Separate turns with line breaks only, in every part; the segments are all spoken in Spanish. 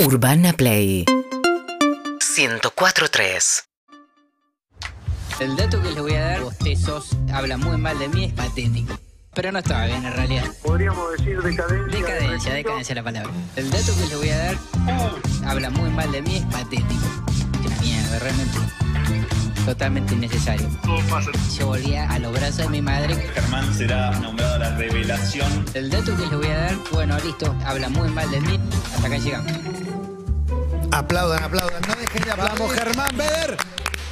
Urbana Play 104.3
El dato que les voy a dar, bostezos, habla muy mal de mí, es patético. Pero no estaba bien en realidad.
podríamos decir decadencia.
Decadencia, decadencia la palabra. El dato que les voy a dar, habla muy mal de mí, es patético. Qué mierda, realmente. Totalmente innecesario. Yo volví a los brazos de mi madre.
Germán será nombrado la revelación.
El dato que les voy a dar, bueno, listo, habla muy mal de mí. Hasta acá llegamos.
Aplaudan, aplaudan. No dejen de aplaudir. Vamos, Germán Beder.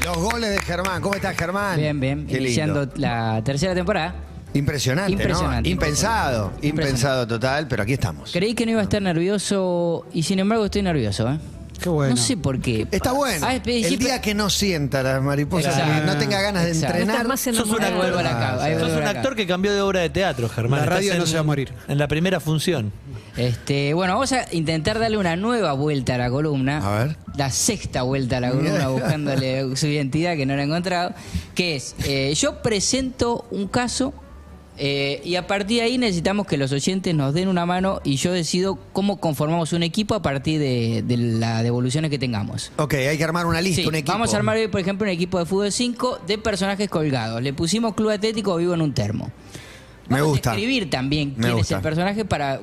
Los goles de Germán. ¿Cómo estás, Germán?
Bien, bien.
Qué
Iniciando
lindo.
la tercera temporada.
Impresionante,
Impresionante.
¿no? Impensado.
Impresionante.
Impensado total, pero aquí estamos.
Creí que no iba a estar nervioso y sin embargo estoy nervioso, ¿eh?
Qué bueno.
No sé por qué.
Está bueno.
Ah, al
El
principio-
día que no sienta las mariposas,
Exacto.
que no tenga ganas de
Exacto.
entrenar.
Sos un
Ahí vuelvo a
actor,
la
Ah,
cava, ahí
sos
vuelvo
un
a la
actor
cava.
que cambió de obra de teatro, Germán.
La
Estás
radio no
en-
se va a morir.
En la primera función.
Este, bueno, vamos a intentar darle una nueva vuelta a la columna.
A ver.
La sexta vuelta a la columna, buscándole su identidad que no la he encontrado. Que es, eh, yo presento un caso eh, y a partir de ahí necesitamos que los oyentes nos den una mano y yo decido cómo conformamos un equipo a partir de, de las devoluciones que tengamos.
Ok, hay que armar una lista,
Sí,
un equipo.
Vamos a armar hoy, por ejemplo, un equipo de fútbol 5 de personajes colgados. Le pusimos Club Atlético Vivo en un termo.
Me
Vamos a
gusta.
escribir también
Me
quién es
gusta.
el personaje para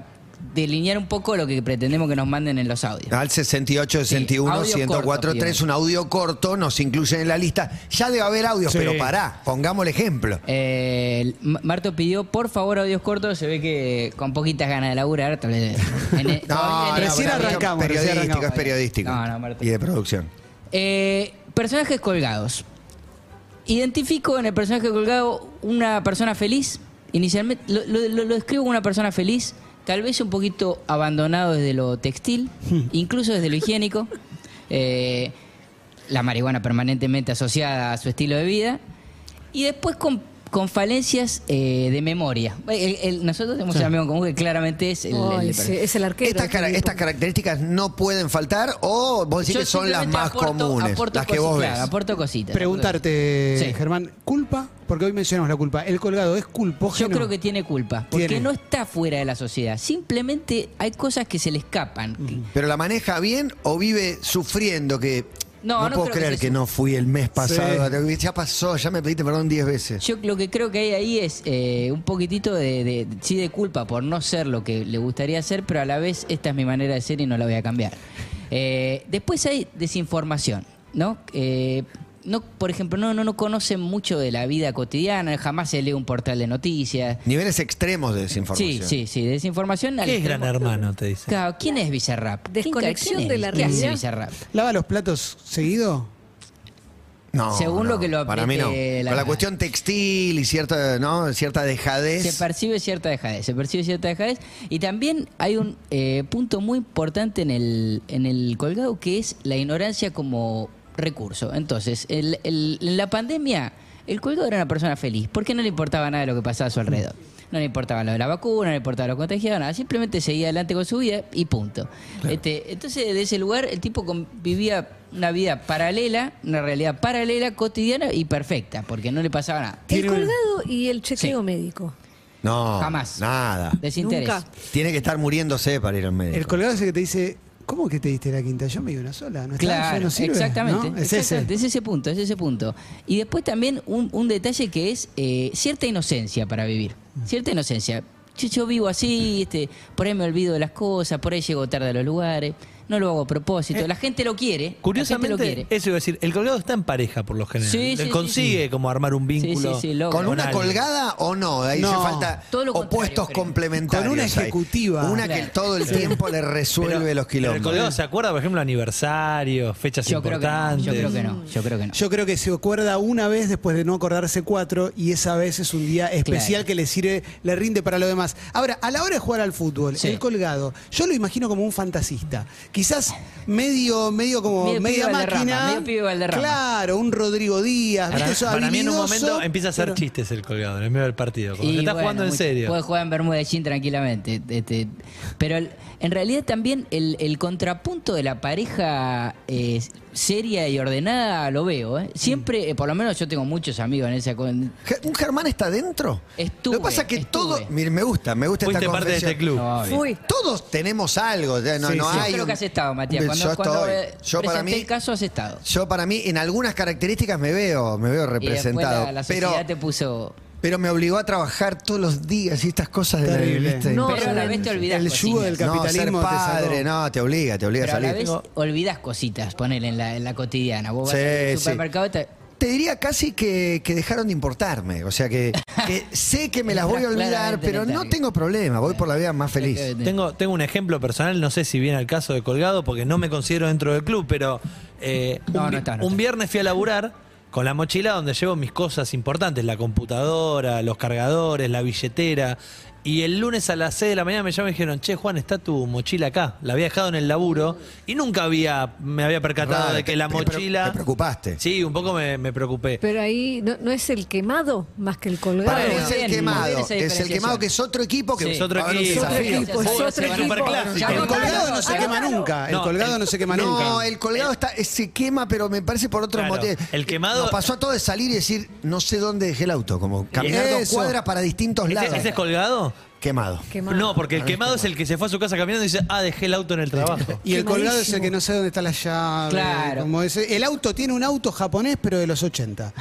delinear un poco lo que pretendemos que nos manden en los audios.
Al 68,
Sí,
61,
audio
104,
corto,
3, un audio corto, nos incluyen en la lista. Ya debe haber audios,
Sí.
pero pará, pongamos el ejemplo.
Eh, el- M- Marto pidió, por favor, audios cortos. Se ve que con poquitas ganas de laburar. tal vez- en el-
No,
en el-
recién
no, pero
arrancamos,
Es
recién
periodístico,
arrancamos.
es periodístico.
No, no, Martín.
y de producción.
Eh, personajes colgados. Identifico en el personaje colgado una persona feliz. Inicialmente lo, lo- lo- lo describo como una persona feliz, tal vez un poquito abandonado desde lo textil, incluso desde lo higiénico. Eh, la marihuana permanentemente asociada a su estilo de vida. Y después con, con falencias eh, de memoria. Eh, el- el- nosotros tenemos un amigo en común que claramente es el, el-
Ay,
el-
sí, es el arquero.
Estas, cara-
este tipo.
estas características no pueden faltar o vos decís
Yo
que son las
simplemente
más
aporto-
comunes,
aporto
las que vos
cositas,
ves.
aporto cositas.
Preguntarte,
Sí.
Germán, ¿culpa? Porque hoy mencionamos la culpa. ¿El colgado es
Yo
culpógeno?
creo que tiene culpa, porque
Tiene.
no está fuera de la sociedad. Simplemente hay cosas que se le escapan. que-
Pero la maneja bien o vive sufriendo que
No,
no,
no
puedo
creo que
creer
se
que,
sufra.
no fui el mes pasado.
Sí.
Ya pasó, ya me pediste perdón 10 veces.
Yo lo que creo que hay ahí es eh, un poquitito de, de- sí de culpa por no ser lo que le gustaría ser, pero a la vez esta es mi manera de ser y no la voy a cambiar. Eh, después hay desinformación, ¿no? Eh, no, por ejemplo, no, no, no conocen mucho de la vida cotidiana, jamás se lee un portal de noticias.
Niveles extremos de
Sí,
desinformación.
sí, sí, desinformación. al
¿Qué es
extremo.
Gran Hermano? Te dice.
Claro, ¿quién es Bizarrap? ¿Quién-
Desconexión
quién
de
es?
la
¿Qué hace
realidad.
Bizarrap?
¿Lava los platos seguido?
No,
Según
no,
lo que lo
Para mí no.
apriete la-
Con la cuestión textil y cierta, ¿no? cierta
Se
dejadez.
percibe cierta dejadez, se percibe cierta dejadez. Y también hay un eh, punto muy importante en el, en el colgado que es la ignorancia como recurso. Entonces, el- el- en la pandemia, el colgado era una persona feliz, porque no le importaba nada de lo que pasaba a su alrededor. No le importaba lo de la vacuna, no le importaba lo contagiado, nada. Simplemente seguía adelante con su vida y punto. Este, entonces, de ese lugar, el tipo con- vivía una vida paralela, una realidad paralela, cotidiana y perfecta, porque no le pasaba nada.
El colgado y el chequeo médico.
No,
Jamás.
Nada.
Desinterés.
Nunca.
Tiene que estar muriéndose para ir al médico.
El colgado es el que te dice, ¿cómo que te diste la quinta? Yo me di una sola. ¿No está?
Claro,
¿Ya no sirve?
exactamente,
¿No? Es
exactamente,
ese.
es ese punto, es ese punto. Y después también un, un detalle que es eh, cierta inocencia para vivir,
Mm.
cierta inocencia. Yo, yo vivo así, este, por ahí me olvido de las cosas, por ahí llego tarde a los lugares, no lo hago a propósito,
Eh,
la gente lo quiere,
Curiosamente,
la gente lo quiere.
eso iba a decir. El colgado está en pareja por lo general.
Sí,
Él
sí,
consigue
sí, sí.
como armar un vínculo.
Sí, sí, sí, logra.
¿Con una
alguien.
colgada o no? Ahí
No.
hace falta
Todo lo contrario,
opuestos
creo.
complementarios.
Con una
ahí.
ejecutiva.
Una
Claro.
que todo el tiempo le resuelve
Pero-
los
pero El colgado
kilómetros.
se acuerda, por ejemplo, aniversarios, fechas
Yo creo, que no,
importantes.
yo creo que no, yo creo que no.
Yo creo que se acuerda una vez después de no acordarse cuatro y esa vez es un día especial
Claro.
que le sirve, le rinde para lo demás. Ahora, a la hora de jugar al fútbol,
Sí.
el colgado, yo lo imagino como un fantasista. Quizás medio, medio como
Medio pibe
media
Valderrama,
máquina.
medio pibe Valderrama.
Claro, un Rodrigo Díaz.
Para,
¿viste? Eso
para mí en un
habilidoso,
momento empieza a hacer
pero-
chistes el colgado en el medio del partido. Como
Y
que está
bueno,
jugando en
mucho-
serio.
Puede jugar en Bermuda y Jean tranquilamente. este, pero el- en realidad también el, el contrapunto de la pareja eh, seria y ordenada lo veo. ¿eh? Siempre, eh, por lo menos yo tengo muchos amigos en esa... con-
Ge- ¿Un Germán está dentro?
Estuve,
Lo que pasa es que
estuve.
todo. Mire, me gusta, me gusta
Fuiste
esta
parte de este
confesión.
club.
No, bien.
Fui.
Todos tenemos algo. ya No,
Sí,
no
sí.
Yo
hay
creo
un
que hace estado, Matías.
Yo
Cuando,
estoy.
cuando, eh,
Yo para
presenté
mí-
el caso has estado.
Yo para mí, en algunas características me veo, me veo
Y después
representado.
la, la
pero,
sociedad te puso...
pero me obligó a trabajar todos los días y estas cosas de la
Terrible.
¿viste?
No,
pero a la vez te olvidás
el yugo
cositas.
del
No, ser
capitalismo te sacó.
padre, no, te obliga, te obliga
Pero
a
a la
salir.
vez olvidás cositas, ponele en la, en la cotidiana. Vos
Sí,
vas al
sí.
supermercado y te...
Te diría casi que, que dejaron de importarme. O sea que, que sé que me las voy a olvidar,
Claramente
pero no
necesario.
tengo problema. Voy por la vida más feliz.
Tengo, tengo un ejemplo personal, no sé si viene al caso de Colgado, porque no me considero dentro del club, pero eh,
No,
un, vi-
no está, no
un
está.
viernes fui a laburar con la mochila donde llevo mis cosas importantes, la computadora, los cargadores, la billetera. Y el lunes a las 6 de la mañana me llamaron y dijeron, che, Juan, está tu mochila acá. La había dejado en el laburo y nunca había me había percatado
Raro,
de que la
te- te pre-
mochila...
te preocupaste.
Sí, un poco me, me preocupé.
Pero ahí no, no es el quemado más que el colgado.
Para mí
Claro,
es el
bien,
quemado.
bien esa
Es el
diferenciación.
quemado que es otro equipo que
Sí.
va a
Es otro
haber un
equipo.
desafío.
Otro equipo, es
Sí,
pues otro
se van a
equipo.
superclásico.
Ya
El
El
no-
colgado no se
Anotalo,
quema nunca. El
No,
colgado
el-
no se quema
no,
nunca.
el colgado está, se quema, pero me parece por otros
Claro,
motivos.
el quemado-
Nos pasó a todo de salir y decir, no sé dónde dejé el auto. Como caminar dos
Eso.
cuadras para distintos lados.
¿Ese, ese Este, es colgado?
Quemado.
Quemado.
No, porque el quemado es el que se fue a su casa caminando y dice, ah, dejé el auto en el trabajo.
Y el
Quemadísimo.
colgado es el que no sabe dónde está la llave.
Claro.
como ese- el auto tiene un auto japonés, pero de los 80.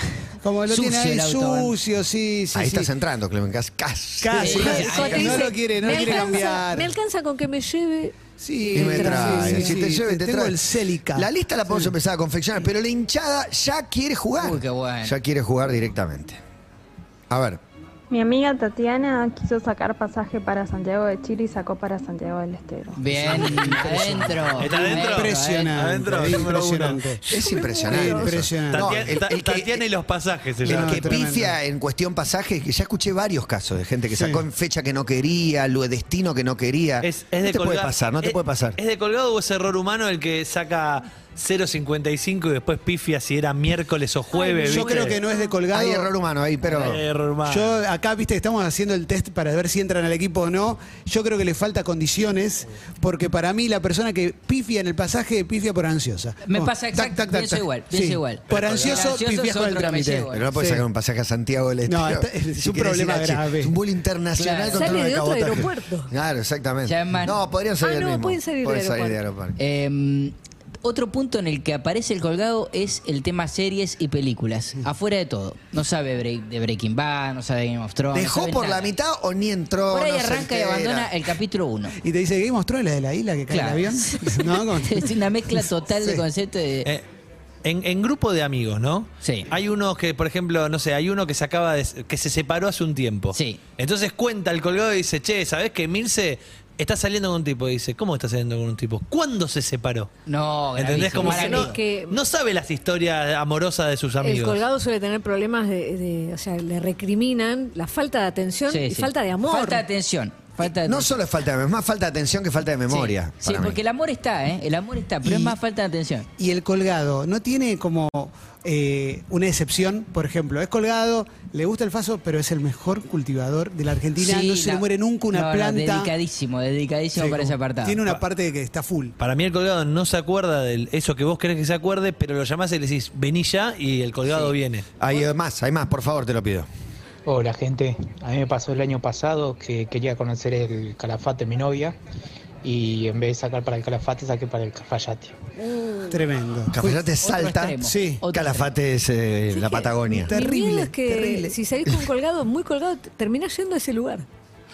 Como lo
Sucio
tiene ahí
el auto, ¿eh?
sucio, sí, sí.
Ahí
sí.
estás entrando, Clemen. Casi. casi.
Casi,
Sí,
casi,
sí,
casi.
Cuando te
No
dice,
lo quiere, no
me
lo quiere
alcanza-
cambiar.
Me alcanza con que me lleve.
Sí,
Y me
sí,
trae.
sí,
si
sí,
te
sí,
lleve, te,
tengo
trae.
el Celica.
La lista la podemos empezar a confeccionar, pero la hinchada ya quiere jugar.
Uy, qué bueno.
Ya quiere jugar directamente. A ver,
Mi amiga Tatiana quiso sacar pasaje para Santiago de Chile y sacó para Santiago del Estero.
Bien, adentro.
¿Está adentro?
Impresionante.
Adentro,
es
número uno. Eh,
impresionante.
es impresionante. eso.
Impresionante.
No,
Tatiana,
el-
Ta-
el que-
Tatiana y los pasajes. se
El
llama.
que
tremendo.
pifia en cuestión pasajes, que ya escuché varios casos de gente que
Sí.
sacó en fecha que no quería, lo de destino que no quería.
Es, es
no
de
te puede
colga-
pasar, no te
es-
puede pasar.
¿Es de colgado o es error humano el que saca 0.55 y después pifia si era miércoles o jueves?
Yo
¿viste?
creo que no es de colgado.
Hay error humano ahí, pero.
Hay error humano.
Yo acá, viste, estamos haciendo el test para ver si entran al equipo o no. Yo creo que le falta condiciones, porque para mí la persona que pifia en el pasaje pifia por ansiosa.
Me
Como,
pasa exacto, pienso igual, pienso igual.
Por
Pero
ansioso,
ansioso
pifias
es
con el
otro que me
trámite.
llevo.
Pero no puedes
Sí.
sacar un pasaje a Santiago del Estero.
No, está- es un
querés
problema
ir a Chile.
grave.
Es un vuelo internacional
Claro.
contra
Sale
un
de otro
cabotaje.
aeropuerto.
Claro, exactamente.
Ya es más-
No, podrían salir
Ah,
del
no,
mismo.
pueden salir del
Pueden salir de
aeropuerto.
Eh,
aeropuerto.
otro punto en el que aparece el colgado es el tema series y películas. Afuera de todo. No sabe break- de Breaking Bad, no sabe de Game of Thrones. no
¿Dejó
sabe
por
nada.
la mitad o ni entró?
Por ahí
No se
arranca y
entera.
abandona el capítulo 1.
Y te dice, Game of Thrones, la de la isla que cae
Claro.
el avión. ¿No? Como-
es una mezcla total de conceptos de...
Eh, en, en grupo de amigos, ¿no?
Sí.
Hay unos que, por ejemplo, no sé, hay uno que se acaba de, que se separó hace un tiempo.
Sí.
Entonces cuenta el colgado y dice, che, ¿sabés que Milce está saliendo con un tipo? Y dice, ¿cómo está saliendo con un tipo? ¿Cuándo se separó?
no,
¿Entendés?
gravísimo.
Como
Para
que
Para
no,
mí que-
no sabe las historias amorosas de sus amigos.
El colgado suele tener problemas de, de- O sea, le recriminan la falta de atención
Sí,
y
sí.
falta de amor.
Falta de atención. Falta de
No
atención.
solo es falta de memoria, es más falta de atención que falta de memoria.
Sí,
para mí.
porque el amor está, ¿eh? El amor está, pero
Y-
es más falta de atención.
y el colgado no tiene como eh, una excepción, por ejemplo, es colgado, le gusta el faso, pero es el mejor cultivador de la Argentina,
Sí,
no se
la-
le muere nunca una
no, no,
planta.
dedicadísimo, dedicadísimo
Sí,
para ese
como-
apartado.
Tiene una parte que está full.
Para mí el colgado no se acuerda de eso que vos querés que se acuerde, pero lo llamás y le decís, vení ya, y el colgado viene.
Este,
Hay eh, más, hay más, por favor, te lo pido.
Hola gente, a mí me pasó el año pasado que quería conocer el calafate mi novia y en vez de sacar para el calafate saqué para el cafayate.
Mm.
Tremendo.
Cafayate es Salta,
extremo,
sí.
otro
Calafate es eh, la Patagonia.
Terrible,
Mi miedo es que
terrible.
si salís con colgado, muy colgado, te- terminás yendo a ese lugar.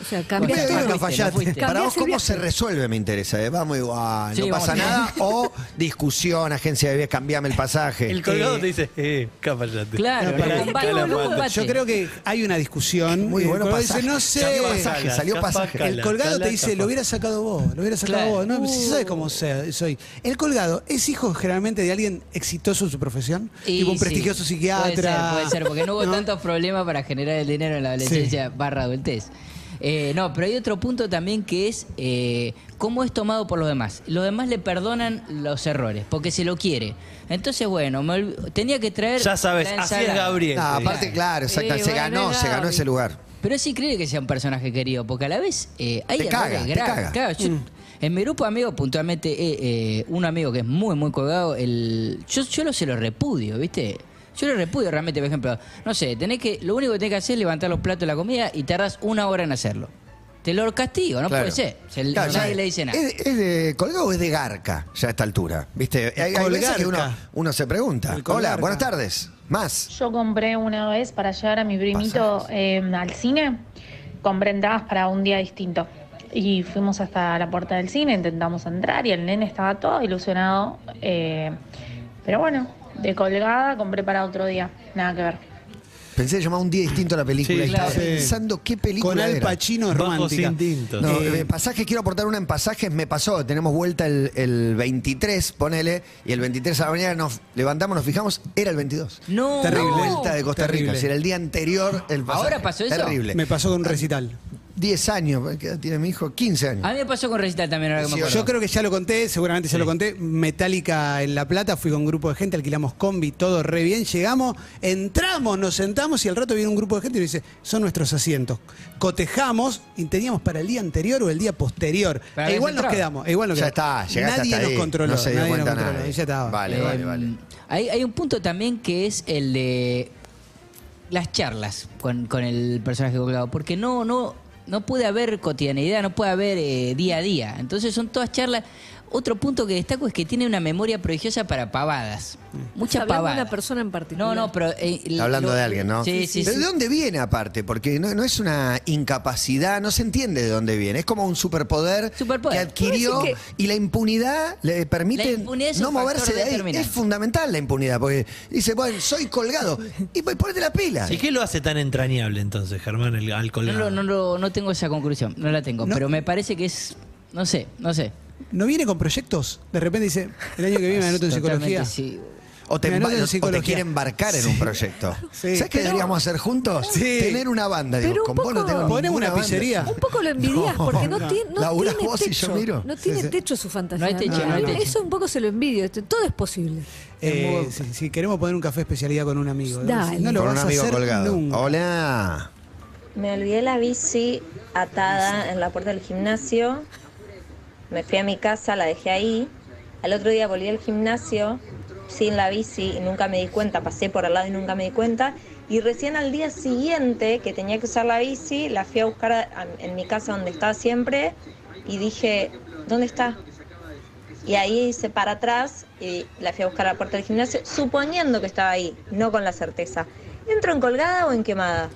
O sea,
Fui-
Fui a
cambiás
fuiste,
todo.
no
Cafayate.
fuiste.
Para vos,
Cambiás el
¿cómo
viaje.
se resuelve? Me interesa. eh? Vamos igual,
Sí,
no
vamos
pasa
igual.
nada. O discusión, agencia de vías, cambiame el pasaje.
El colgado te dice, eh, cafayate.
Claro,
para-
no, combate,
Qué
no
boludo.
combate.
Yo creo que hay una discusión.
Muy
El
bueno
colgado
pasaje.
dice, no sé.
Salió pasaje,
Cala,
salió
capa,
pasaje.
cala.
El colgado
Cala,
te dice,
capa.
lo hubiera sacado vos, lo hubiera sacado
Claro. Uh.
vos. No, si sabes cómo sea- soy. El colgado es hijo generalmente de alguien exitoso en su profesión,
Y
tipo un
sí,
prestigioso psiquiatra.
Puede ser, puede ser, porque no hubo tantos problemas para generar el dinero en la adolescencia barra adultez. Eh, no, pero hay otro punto también que es eh, cómo es tomado por los demás. Los demás le perdonan los errores, porque se lo quiere. Entonces, bueno, me olvi- tenía que traer.
Ya sabes,
la
así es
ensalada.
Gabriel.
No, aparte, claro, exacto.
Sí,
se
bueno,
ganó,
es
se ganó
Gaby.
ese lugar.
Pero es increíble que sea un personaje querido, porque a la vez eh, hay
Te
errores
caga, te
graves.
caga.
Claro, yo- En mi grupo de amigos, puntualmente, eh, eh, un amigo que es muy, muy colgado, el, yo, yo lo, se lo repudio, ¿viste? Yo lo repudio realmente, por ejemplo, no sé, tenés que, lo único que tenés que hacer es levantar los platos de la comida y tardás una hora en hacerlo. Te lo castigo, no
Claro.
puede ser. Se-
Claro, ya
nadie
es-
le dice nada.
¿Es, es de colgado o es de garca ya a esta altura? ¿Viste? Hay, hay veces que uno,
Colgarca.
uno se pregunta.
El colgarca.
Hola, buenas tardes. Más.
Yo compré una vez para llevar a mi primito
Pasajes.
eh, al cine, compré entradas para un día distinto. Y fuimos hasta la puerta del cine, intentamos entrar y el nene estaba todo ilusionado. eh, pero bueno, de colgada compré para otro día, nada que ver.
Pensé que llamaba un día distinto a la película.
Sí,
y estaba
claro.
pensando qué película
Con Al
era.
Pacino es
Bajos
romántica.
instintos.
No,
Eh,
eh, pasajes, quiero aportar una en pasajes, me pasó, tenemos vuelta el, el 23, ponele, y el 23 a la mañana nos levantamos, nos fijamos, era el 22.
No.
La
Terrible.
vuelta de Costa Rica,
Terrible.
si era el día anterior el pasaje.
¿Ahora pasó eso?
Terrible.
Me pasó con un recital.
10 años, ¿qué edad tiene mi hijo? 15 años.
A
Ah,
mí me pasó con recital también, ahora que me
Sí,
acuerdo.
Yo creo que ya lo conté, seguramente ya lo conté. Metallica en La Plata, fui con un grupo de gente, alquilamos combi, todo re bien. Llegamos, entramos, nos sentamos y al rato viene un grupo de gente y nos dice: son nuestros asientos. Cotejamos y teníamos para el día anterior o el día posterior.
Pero
E igual
habías
nos
entrado.
quedamos, e igual nos
ya está,
quedamos.
llegaste
nadie
hasta
nos
ahí,
controló,
No se dio
nadie nos
cuenta
controló,
nadie.
y ya estaba.
Vale,
Eh,
vale, vale.
Hay, hay un punto también que es el de las charlas con, con el personaje colgado, porque no, no, no puede haber cotidianeidad, no puede haber eh, día a día. Entonces son todas charlas. Otro punto que destaco es que tiene una memoria prodigiosa para pavadas. Muchas
Mm. hablando de
pavadas.
una persona en particular.
No, no, pero. eh, el-
Hablando
lo-
de alguien, ¿no?
Sí, sí,
¿Pero
sí.
de dónde viene aparte? Porque no, no es una incapacidad, no se entiende de dónde viene. Es como un superpoder,
Superpoder.
que adquirió
Puede ser
y la impunidad le permite
La impunidad es un
no
factor
moverse de ahí.
determinante.
Es fundamental la impunidad, porque dice, bueno, soy colgado. Y pues ponete la pila.
eh,
¿Y qué lo hace tan entrañable entonces, Germán, el, al
No,
colgado?
lo- no, lo- no tengo esa conclusión, no la tengo,
No.
pero me parece que es. No sé, no sé.
¿No viene con proyectos? De repente dice: el año que viene me anoto en
Totalmente
psicología.
sí.
O te, emba-
Me anoto en
o te
psicología.
quiere embarcar en un proyecto.
Sí.
¿Sabes qué
Pero-
deberíamos hacer juntos?
Sí.
Tener una banda. Digo,
Pero un
con vos no
poco-
tengo
Ponemos
ninguna
una
banda.
pizzería.
Un poco lo envidias
No,
porque no,
no.
tiene, no
Laburás
tiene
vos y
techo.
yo miro.
No
Sí,
tiene
sí.
techo su fantasía.
No hay techo,
no hay techo.
Eso un poco se lo envidio. este, Todo es posible.
Eh, si, si queremos poner un café especialidad con un amigo,
Dale.
no lo
Con un
vas a
amigo
hacer
colgado.
nunca.
Hola.
Me olvidé la bici atada en la puerta del gimnasio. Me fui a mi casa, la dejé ahí. Al otro día volví al gimnasio sin la bici y nunca me di cuenta. Pasé por al lado y nunca me di cuenta. Y recién al día siguiente que tenía que usar la bici, la fui a buscar a- a- en mi casa donde estaba siempre y dije, ¿dónde está? Y ahí hice para atrás y la fui a buscar a la puerta del gimnasio, suponiendo que estaba ahí, no con la certeza. ¿Entro en colgada o en quemada?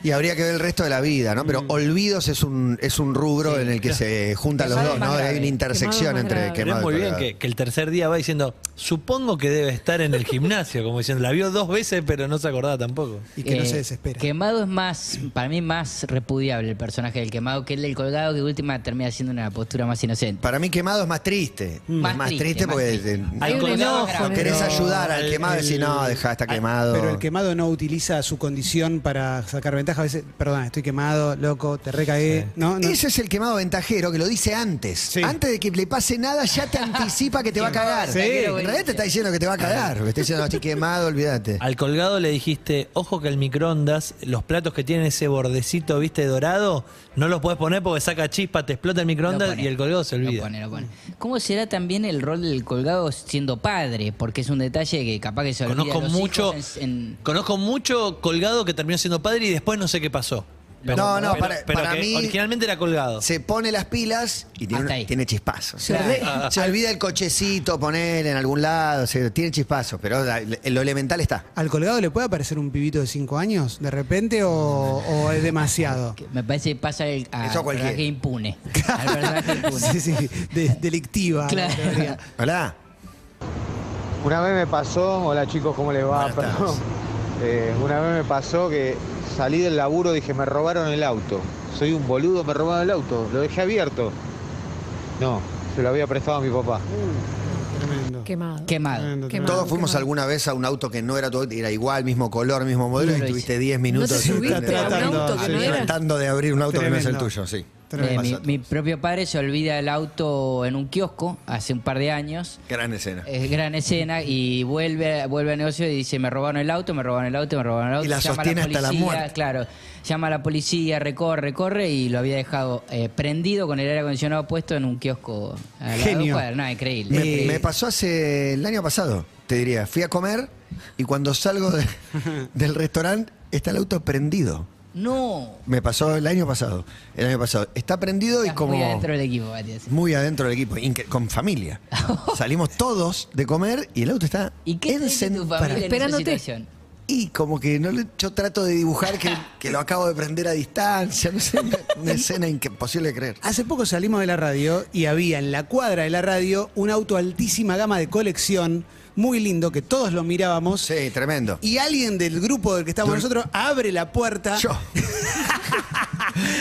Y habría que ver el resto de la vida, ¿no? Pero olvidos es un, es un rubro en el que se juntan los
Quemado es
dos, ¿no?
más
Hay
grave.
una intersección
Quemado es más
entre
grave.
Pero
quemado
es
y
muy bien
colgado.
que, que el tercer día va diciendo, supongo que debe estar en el gimnasio, como diciendo, la vio dos veces, pero no se acordaba tampoco.
Y que no
Eh,
se desespera.
Quemado es más, para mí, más repudiable el personaje del quemado que el del colgado, que de última termina siendo una postura más inocente.
Para mí quemado es más triste.
Más
es más
triste,
triste,
más
porque
triste.
eh,
Hay
no
un
colgado
enojo,
grave.
¿no?
querés
pero
ayudar al
el-
quemado y decís, no, deja, está quemado.
Pero el quemado no utiliza su condición para sacar ventaja. A veces, perdón, estoy quemado, loco, te recagué. No, no.
Ese es el quemado ventajero que lo dice antes.
Sí.
Antes de que le pase nada, ya te anticipa que te va a cagar.
Sí.
En realidad te está diciendo que te va a cagar. Te está diciendo, no, estoy quemado, olvídate.
Al colgado le dijiste, ojo que el microondas, los platos que tienen ese bordecito, viste, dorado, no los puedes poner porque saca chispa, te explota el
Lo
microondas
pone.
y el colgado se olvida.
Lo pone, lo pone. ¿Cómo será también el rol del colgado siendo padre? Porque es un detalle que capaz que se olvida
Conozco
a los
mucho,
hijos en- en-
conozco mucho colgado que terminó siendo padre y después no sé qué pasó.
No, no,
pero-
para-
pero
para
que
mí-
Originalmente era colgado.
Se pone las pilas y tiene,
Hasta
una-
ahí.
tiene chispazos.
Se re-
Se olvida el cochecito, poner en algún lado, se, tiene chispazos, pero la- lo elemental está.
¿Al colgado le puede aparecer un pibito de 5 años de repente o, o es demasiado?
que me parece que pasa el, a-
Eso a cualquiera.
personaje impune. Al personaje impune.
Sí, sí, de- delictiva. la
Claro.
teoría.
Hola.
Una vez me pasó, hola chicos, ¿cómo les va?
Buenas tardes.
Perdón. Eh, una vez me pasó que salí del laburo, dije, me robaron el auto. Soy un boludo, me robaron el auto, lo dejé abierto. No, se lo había prestado a mi papá.
Tremendo.
Quemado.
Quemado.
Tremendo,
Ah, Qué
tremendo.
mal.
Todos fuimos
mal.
alguna vez a un auto que no era tu auto, era igual, mismo color, mismo modelo,
Sí, lo
y
hice.
tuviste 10 minutos
te subiste
a un auto que no era?
tratando de abrir un auto que no es el
Tremendo.
tuyo, sí.
Eh,
Tremendo.
mi, mi propio padre se olvida el auto en un kiosco hace un par de años.
Gran escena.
Es gran escena y vuelve, vuelve al negocio y dice, me robaron el auto, me robaron el auto, me robaron el auto.
Y la
Llama a
sostiene hasta la muerte.
Claro, llama a la policía, recorre, corre y lo había dejado eh, prendido con el aire acondicionado puesto en un kiosco. al lado de
Genio.
un cuadro. No, increíble.
Me,
increíble.
me pasó hace el año pasado, te diría. Fui a comer y cuando salgo de- del restaurante está el auto prendido.
No.
Me pasó el año pasado. El año pasado. Está prendido y
Estás
como.
muy adentro del equipo, Matías.
muy adentro del equipo, incre- con familia. Salimos todos de comer y el auto está
¿Y qué te dice tu
encen-
familia en esa
Esperándote.
situación?
Y como que no le- yo trato de dibujar que, que lo acabo de prender a distancia, no sé, una, una escena imposible de creer.
Ah,
Hace poco salimos de la radio y había en la cuadra de la radio un auto altísima gama de colección, muy lindo, que todos lo mirábamos.
Sí, tremendo.
Y alguien del grupo del que estamos
Dur-
nosotros abre la
ah.
puerta.
Yo.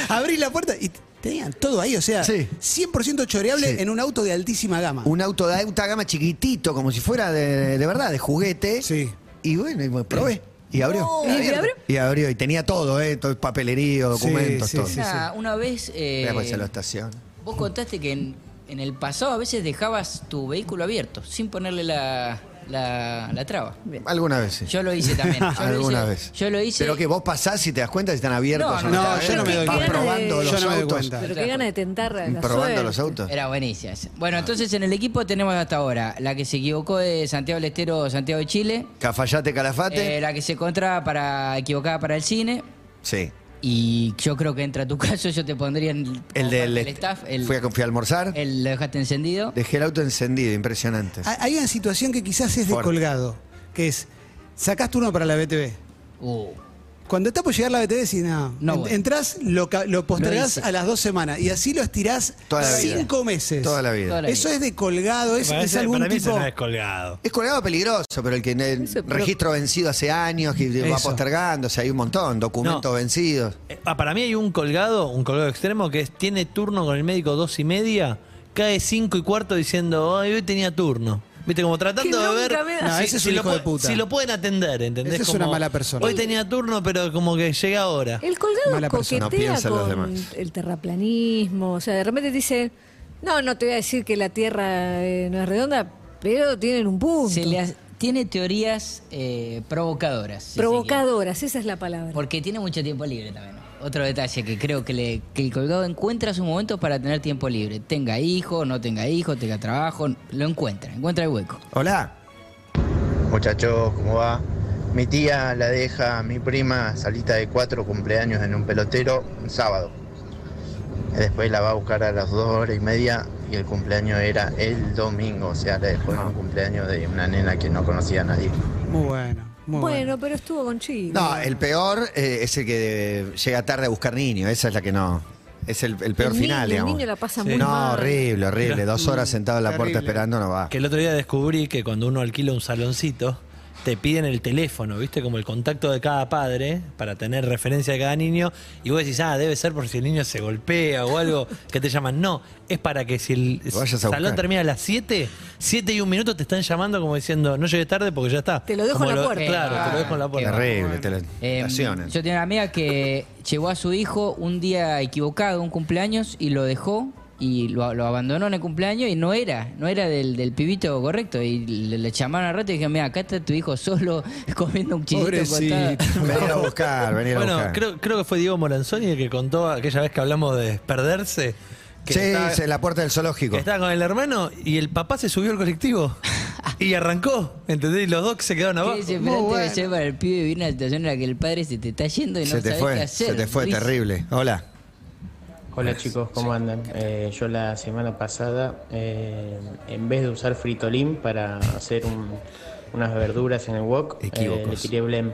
Abrí la puerta y tenían todo ahí, o sea,
Sí.
100% choreable
Sí.
en un auto de altísima gama.
Un auto de alta gama chiquitito, como si fuera de, de verdad, de juguete.
Sí.
Y bueno, y me probé. Y abrió.
¿Y abrió?
Y abrió. Y tenía todo, ¿eh? Todo, papelerío,
Sí,
documentos,
sí,
todo.
sí.
Una, una vez. eh,
Después se pues, lo estaciona.
Vos contaste que en, en el pasado a veces dejabas tu vehículo abierto sin ponerle la, la, la traba.
Alguna vez. sí.
Yo lo hice también. Yo lo
Alguna
hice-
vez.
Yo lo hice.
Pero que vos pasás y te das cuenta si están abiertos
No, no,
o están
no,
abiertos.
yo no me doy
Vas
cuenta.
probando
Yo
los
no me doy
autos.
cuenta.
Pero qué gana de tentar la la
Probando los
suerte.
autos.
Era buenísima esa.
Ah.
Bueno, entonces en el equipo tenemos hasta ahora la que se equivocó de Santiago del Estero, Santiago de Chile.
Cafayate, Calafate.
eh, la que se encontraba para equivocada para el cine.
sí.
Y yo creo que entra tu caso, yo te pondría en como
El
parte
del.
staff. El,
fui a fui a almorzar.
el- Ah, lo dejaste encendido.
Dejé el auto encendido, impresionante.
Ha- Hay una situación que quizás es de
Fuerte.
colgado, que es, sacás turno para la BTV.
Uh,
Cuando está por llegar la BTV decís, no,
No
En-
voy.
entrás, lo, ca- lo postergás
hice.
a las dos semanas y así lo estirás
Toda la vida.
cinco meses.
Toda la vida.
Toda la
Eso
vida.
es de colgado, es,
Para
es
ese-
algún
para mí
tipo...
se me ha descolgado.
Es colgado peligroso, pero el que en el
Eso, pero-
registro vencido hace años, que va
Eso.
postergando, o sea, hay un montón, documentos
No.
vencidos.
Eh, ah, para mí hay un colgado, un colgado extremo, que es tiene turno con el médico dos y media, cae cinco y cuarto diciendo, ay, hoy tenía turno. Viste, como tratando
Que
de
nunca
ver
me da-
No, Ah, ese es un
lo
hijo de
pu-
puta.
si lo pueden atender, ¿entendés?
Ese es
Como,
una mala persona.
Hoy tenía turno, pero como que llega ahora.
El colgado
Mala persona,
coquetea
piensa en los
con
demás.
el terraplanismo. O sea, de repente te dice, no, no te voy a decir que la Tierra eh, no es redonda, pero tienen un punto.
se le ha- tiene teorías eh, provocadoras. si se
Provocadoras, esa es la palabra.
quiere. Porque tiene mucho tiempo libre también. Otro detalle que creo que, le- que el colgado encuentra sus momentos para tener tiempo libre. Tenga hijo, no tenga hijo, tenga trabajo, lo encuentra, encuentra el hueco.
Hola.
Muchachos, ¿cómo va? Mi tía la deja a mi prima salita de cuatro cumpleaños en un pelotero un sábado. Después la va a buscar a las dos horas y media y el cumpleaños era el domingo, o sea, la dejó en un cumpleaños de una nena que no conocía a nadie.
Muy bueno, muy bueno.
bueno, pero estuvo con Chile.
No, el peor eh, es el que eh, llega tarde a buscar niños, esa es la que no. Es el, el peor
El
final,
niño- el
digamos.
niño la pasa
Sí.
muy
No,
mal.
horrible, horrible. Dos horas sentado en la puerta
terrible.
esperando no va.
Que el otro día descubrí que cuando uno alquila un saloncito, te piden el teléfono, ¿viste? Como el contacto de cada padre para tener referencia de cada niño. Y vos decís, ah, debe ser por si el niño se golpea o algo que te llaman. No, es para que si el
Lo vayas a
salón
buscar.
termina a las 7, 7 y un minuto te están llamando como diciendo, no llegué tarde porque ya está.
Te lo dejo
Como
en la puerta. Ah,
Claro, te lo dejo en la puerta.
Terrible, te la
Eh,
estacionan.
yo tenía una amiga que llevó a su hijo un día equivocado, un cumpleaños, y lo dejó y lo, lo abandonó en el cumpleaños y no era, no era del, del pibito correcto. Y le, le llamaron al rato y dijeron, mira, acá está tu hijo solo comiendo un chilito
Pobrecito.
cortado".
Venir a buscar, venir a
Bueno,
buscar.
creo, creo que fue Diego Moranzoni el que contó aquella vez que hablamos de perderse. Que
sí,
estaba-
sí, en la puerta del zoológico.
Que estaba con el hermano y el papá se subió al colectivo y arrancó, ¿entendés? Y los dos que se quedaron
Qué
abajo.
desesperante debe ser para el pibe vivir una situación en la que el padre se te está yendo y no
se te
sabes qué
fue,
hacer.
se te fue,
Luis.
terrible. Hola.
Hola chicos, ¿cómo andan? Eh, yo la semana pasada, eh, en vez de usar fritolín para hacer un- unas verduras en el wok, eh, le
Equívocos.
tiré blem.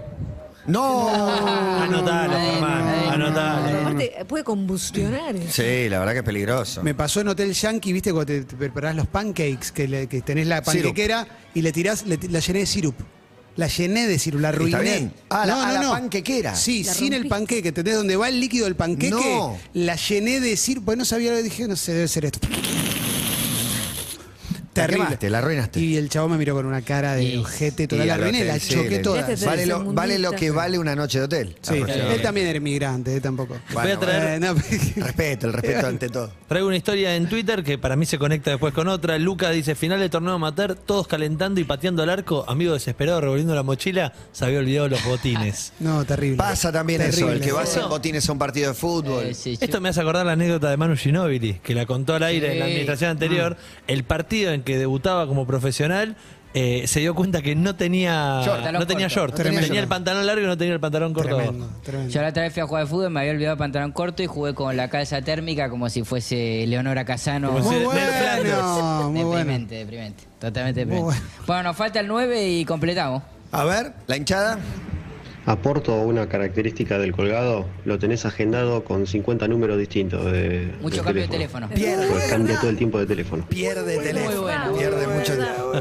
No.
Anotalo, hermano, anotalo.
Aparte, puede combustionar. eso.
eh, Sí, la verdad que es peligroso.
Me pasó en Hotel Yankee, viste, cuando te, te preparás los pancakes, que, le- que tenés la
Sirup.
panquequera y le tirás, le ti- la llené de sirup. La llené de sirup, la
Está
arruiné.
bien. Ah, la- a la panquequera.
Sí,
La
sin el
rompiste.
panqueque. ¿Entendés dónde va el líquido del panqueque?
No.
La llené de sirup. Pues no sabía, dije, no sé, debe ser esto.
La
Terrible.
quemaste, la arruinaste.
Y el chavo me miró con una cara de
Y-
ojete toda
Y
la
al
arruiné,
hotel,
la
sí,
choqué
le-
toda.
Este es
Vale lo, vale lo que
Sí.
vale una noche de hotel.
Sí,
aproximadamente.
él también era inmigrante, él tampoco.
Bueno,
Voy a traer-
Bueno, pero-
Respeto, el respeto ante todo.
Traigo una historia en Twitter que para mí se conecta después con otra. Luca dice, final del torneo amateur, todos calentando y pateando al arco. Amigo desesperado, revolviendo la mochila, se había olvidado los botines.
no, terrible.
Pasa también eso,
Terrible.
el que va sin botines a un partido de fútbol.
Eh, sí,
Esto me hace acordar la anécdota de Manu Ginóbili, que la contó al aire en la
Sí.
administración anterior. El partido en que debutaba como profesional, eh, se dio cuenta que no tenía
Short.
no tenía short.
Tremendo.
Tenía el pantalón largo y no tenía el pantalón corto.
Tremendo,
abajo.
tremendo.
Yo la otra vez fui a jugar al fútbol, me había olvidado el pantalón corto y jugué con la calza térmica como si fuese Leonora Casano.
Como si-
Muy
Del
bueno, muy bueno.
deprimente, deprimente. Totalmente deprimente.
bueno.
Bueno. nos falta el 9 y completamos.
A ver, la hinchada.
Aporto una característica del colgado, lo tenés agendado con 50 números distintos de,
Mucho
del
cambio de teléfono.
Pues
Pierde,
cambia todo el tiempo de teléfono.
pierde teléfono.
bueno.
pierde
Muy
mucho.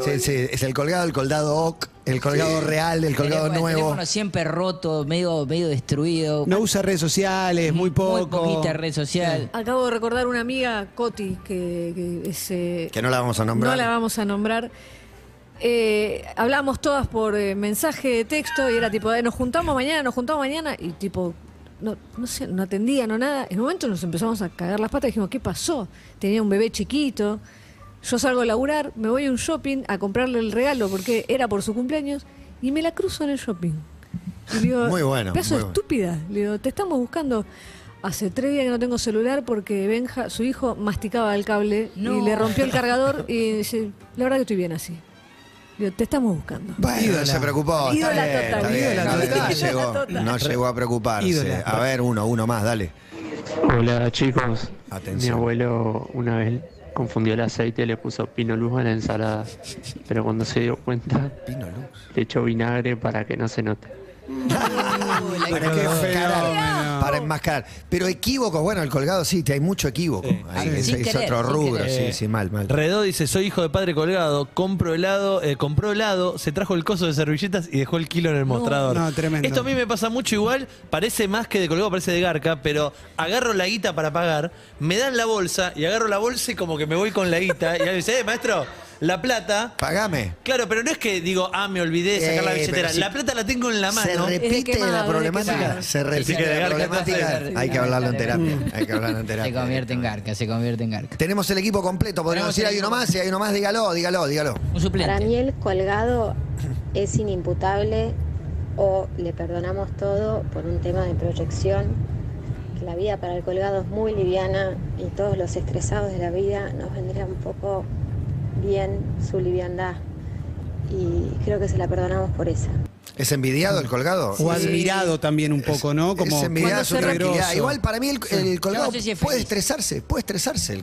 Sí, sí, es el colgado, el colgado OC, el colgado real, el colgado
Teléfono- El
nuevo.
teléfono siempre roto, medio, medio destruido.
No usa redes sociales, muy
Muy
poco.
poquita red social.
Acabo de recordar una amiga, Coti, que, que es, eh,
Que no la vamos a nombrar.
No la vamos a nombrar. Eh, hablábamos todas por eh, mensaje de texto y era tipo, "Eh, nos juntamos mañana, nos juntamos mañana y tipo, no, no sé, no atendía, no nada. En un momento nos empezamos a cagar las patas y dijimos, ¿qué pasó? Tenía un bebé chiquito, yo salgo a laburar, me voy a un shopping a comprarle el regalo porque era por su cumpleaños y me la cruzo en el shopping. Y le digo,
Muy bueno,
pedazo
muy
de
bueno.
estúpida. Le digo, te estamos buscando. Hace tres días que no tengo celular porque Benja, su hijo, masticaba el cable
No.
y le rompió el cargador y dice, la verdad que estoy bien así. Le digo, te estamos buscando.
Bueno,
Ídola.
no se preocupó. está
Ídola
bien, está
total.
bien,
Ídola
no,
total.
no llegó,
Ídola
no llegó a preocuparse.
Ídola.
A ver, uno, uno más, dale.
Hola chicos,
Atención.
mi abuelo una vez confundió el aceite y le puso pino luz a la ensalada, pero cuando se dio cuenta
Pino Luz.
le echó vinagre para que no se note.
Para,
qué
enmascarar,
fenómeno.
para enmascarar. Pero equívocos, bueno, el colgado sí, hay mucho equívoco. Ahí
Sí.
es,
Sin
es
querer,
otro
sin
rubro,
querer.
sí, sí, mal, mal.
Redó dice, soy hijo de padre colgado, compro helado, eh, compró helado, se trajo el coso de servilletas y dejó el kilo en el mostrador.
no, tremendo.
Esto a mí me pasa mucho igual, parece más que de colgado, parece de garca, pero agarro la guita para pagar, me dan la bolsa y agarro la bolsa y como que me voy con la guita y alguien dice, eh, maestro, la plata...
Pagame.
Claro, pero no es que digo, ah, me olvidé de sacar la
Eh,
billetera.
pero si-
la plata la tengo en la
Se
mano.
repite
quemado,
la
de
problemática.
quemado.
Se
Sí,
repite
sí,
la
garca,
problemática.
sí, sí,
Hay que
sí,
hablarlo en
sí,
terapia. Hay que hablarlo
Se
en terapia.
convierte en garca, se convierte en garca.
Tenemos el equipo completo,
Tenemos
podríamos decir,
el
hay uno
equipo.
más, si hay uno más, dígalo, dígalo, dígalo.
Un
Para mí
suplente.
el colgado es inimputable o le perdonamos todo por un tema de proyección. que La vida para el colgado es muy liviana y todos los estresados de la vida nos vendría un poco bien su liviandad. Y creo que se la perdonamos por esa.
¿Es envidiado el colgado?
O
Sí.
admirado también un poco, ¿no? Como
es envidiada
Cuando
su
se
tranquilidad.
regroso.
Igual para mí el, el colgado
No sé si es
puede
feliz.
estresarse, puede estresarse el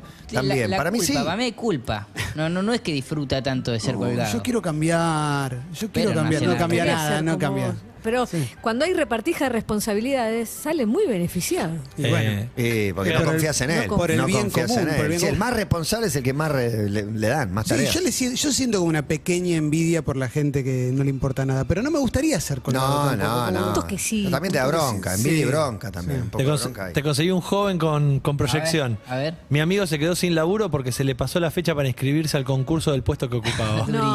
Claro.
También,
La- la
para mí
culpa,
sí.
Para mí hay culpa. No, no, no es que disfruta tanto de ser colgado.
Yo quiero cambiar, yo quiero
Pero
cambiar, no
nacional.
cambia
Quería ser
nada, no
como
cambia.
vos. Pero cuando hay repartija de responsabilidades, sale muy beneficiado.
Y bueno,
Eh, porque
Pero
no
el-
confías en
no
él.
con- por el
no
bien
confías en
común, por el
él.
bien
Sí, el
común.
más responsable es el que más re- le, le dan, más
sí,
tareas.
yo, le si- yo siento como una pequeña envidia por la gente que no le importa nada, pero no me gustaría ser colgado.
no,
tampoco,
no,
como-
no.
un toquecito,
Pero También te da
un
bronca,
toquecito.
envidia y
Sí.
bronca también. Un poco
Te,
de
cons-
bronca hay.
te conseguí un joven con, con proyección.
A ver, a ver.
Mi amigo se quedó sin laburo porque se le pasó la fecha para inscribirse al concurso del puesto que ocupaba.
No,
Durísimo,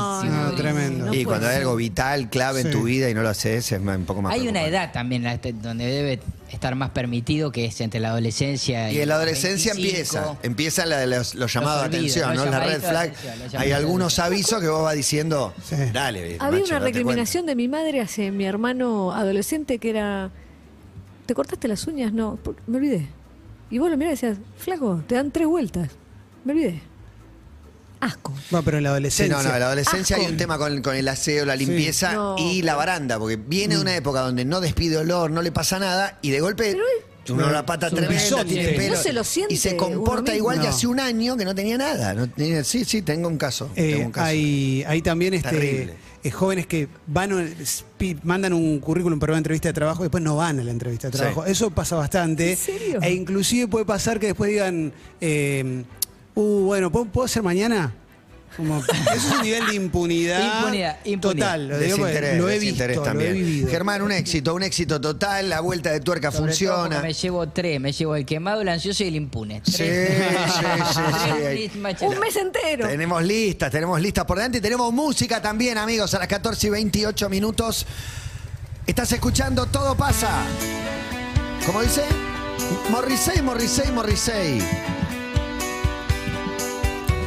no,
durísimo.
tremendo.
y
puede
cuando hay
ser.
algo vital, clave en
Sí.
tu vida y no lo haces, es un poco más.
Hay una
preocupante.
edad también la- donde debe estar más permitido que es entre la adolescencia y,
Y en la adolescencia
25.
empieza, em, empieza la de los, los llamados de
olvidos,
atención,
los
¿no? La red
llamaditos de
flag.
atención, los
Hay
llamaditos
algunos
de
avisos que vos vas diciendo,
Sí.
dale.
Había
macho,
una
date
recriminación de mi madre hacia mi hermano adolescente que era, ¿te cortaste las uñas? No, por- me olvidé. Y vos lo mirás y decías, flaco, te dan tres vueltas. Me olvidé. Asco.
No, pero en la
cuenta. Sí,
adolescencia.
no, no, en la adolescencia hay
Asco.
un tema con, con el aseo, la limpieza
No.
y la baranda, porque
Mm.
viene de una época donde no despide olor, no le pasa nada, y de golpe uno la pata
es un
tremenda,
bisote.
tiene
No
pelo,
se lo siente
y se
uno
comporta
mismo.
igual de
No.
hace un año que no tenía nada. no tenía- sí, sí, tengo un caso.
Eh,
tengo un caso.
hay, hay también este,
Terrible.
eh, jóvenes que van o- pi- mandan un currículum para una entrevista de trabajo y después no van a la entrevista de trabajo. Eso pasa bastante.
¿En serio?
E inclusive puede pasar que después digan, eh, uh, bueno, ¿puedo, puedo hacer mañana? Como, eso es un nivel de impunidad.
Impunidad, impunidad.
Total, lo, digo porque
Desinterés,
lo he visto,
desinterés
lo he
también.
vivido.
Germán, un éxito, un éxito total, la vuelta de tuerca
Sobre todo porque
funciona.
me llevo tres, me llevo el quemado, el ansioso y el impune.
Sí, sí, sí, sí.
Un mes entero.
Tenemos listas, tenemos listas por delante y tenemos música también, amigos, a las 14 y 28 minutos. Estás escuchando Todo pasa. ¿Cómo dice? Morrissey, Morrissey, Morrissey.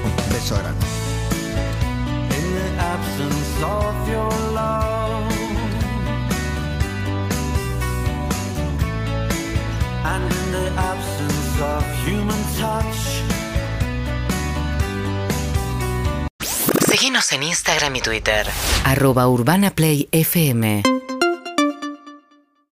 Un beso grande.
In the absence of your love, and in the absence of human touch.
Seguinos en Instagram y Twitter.
arroba urbanaplayfm.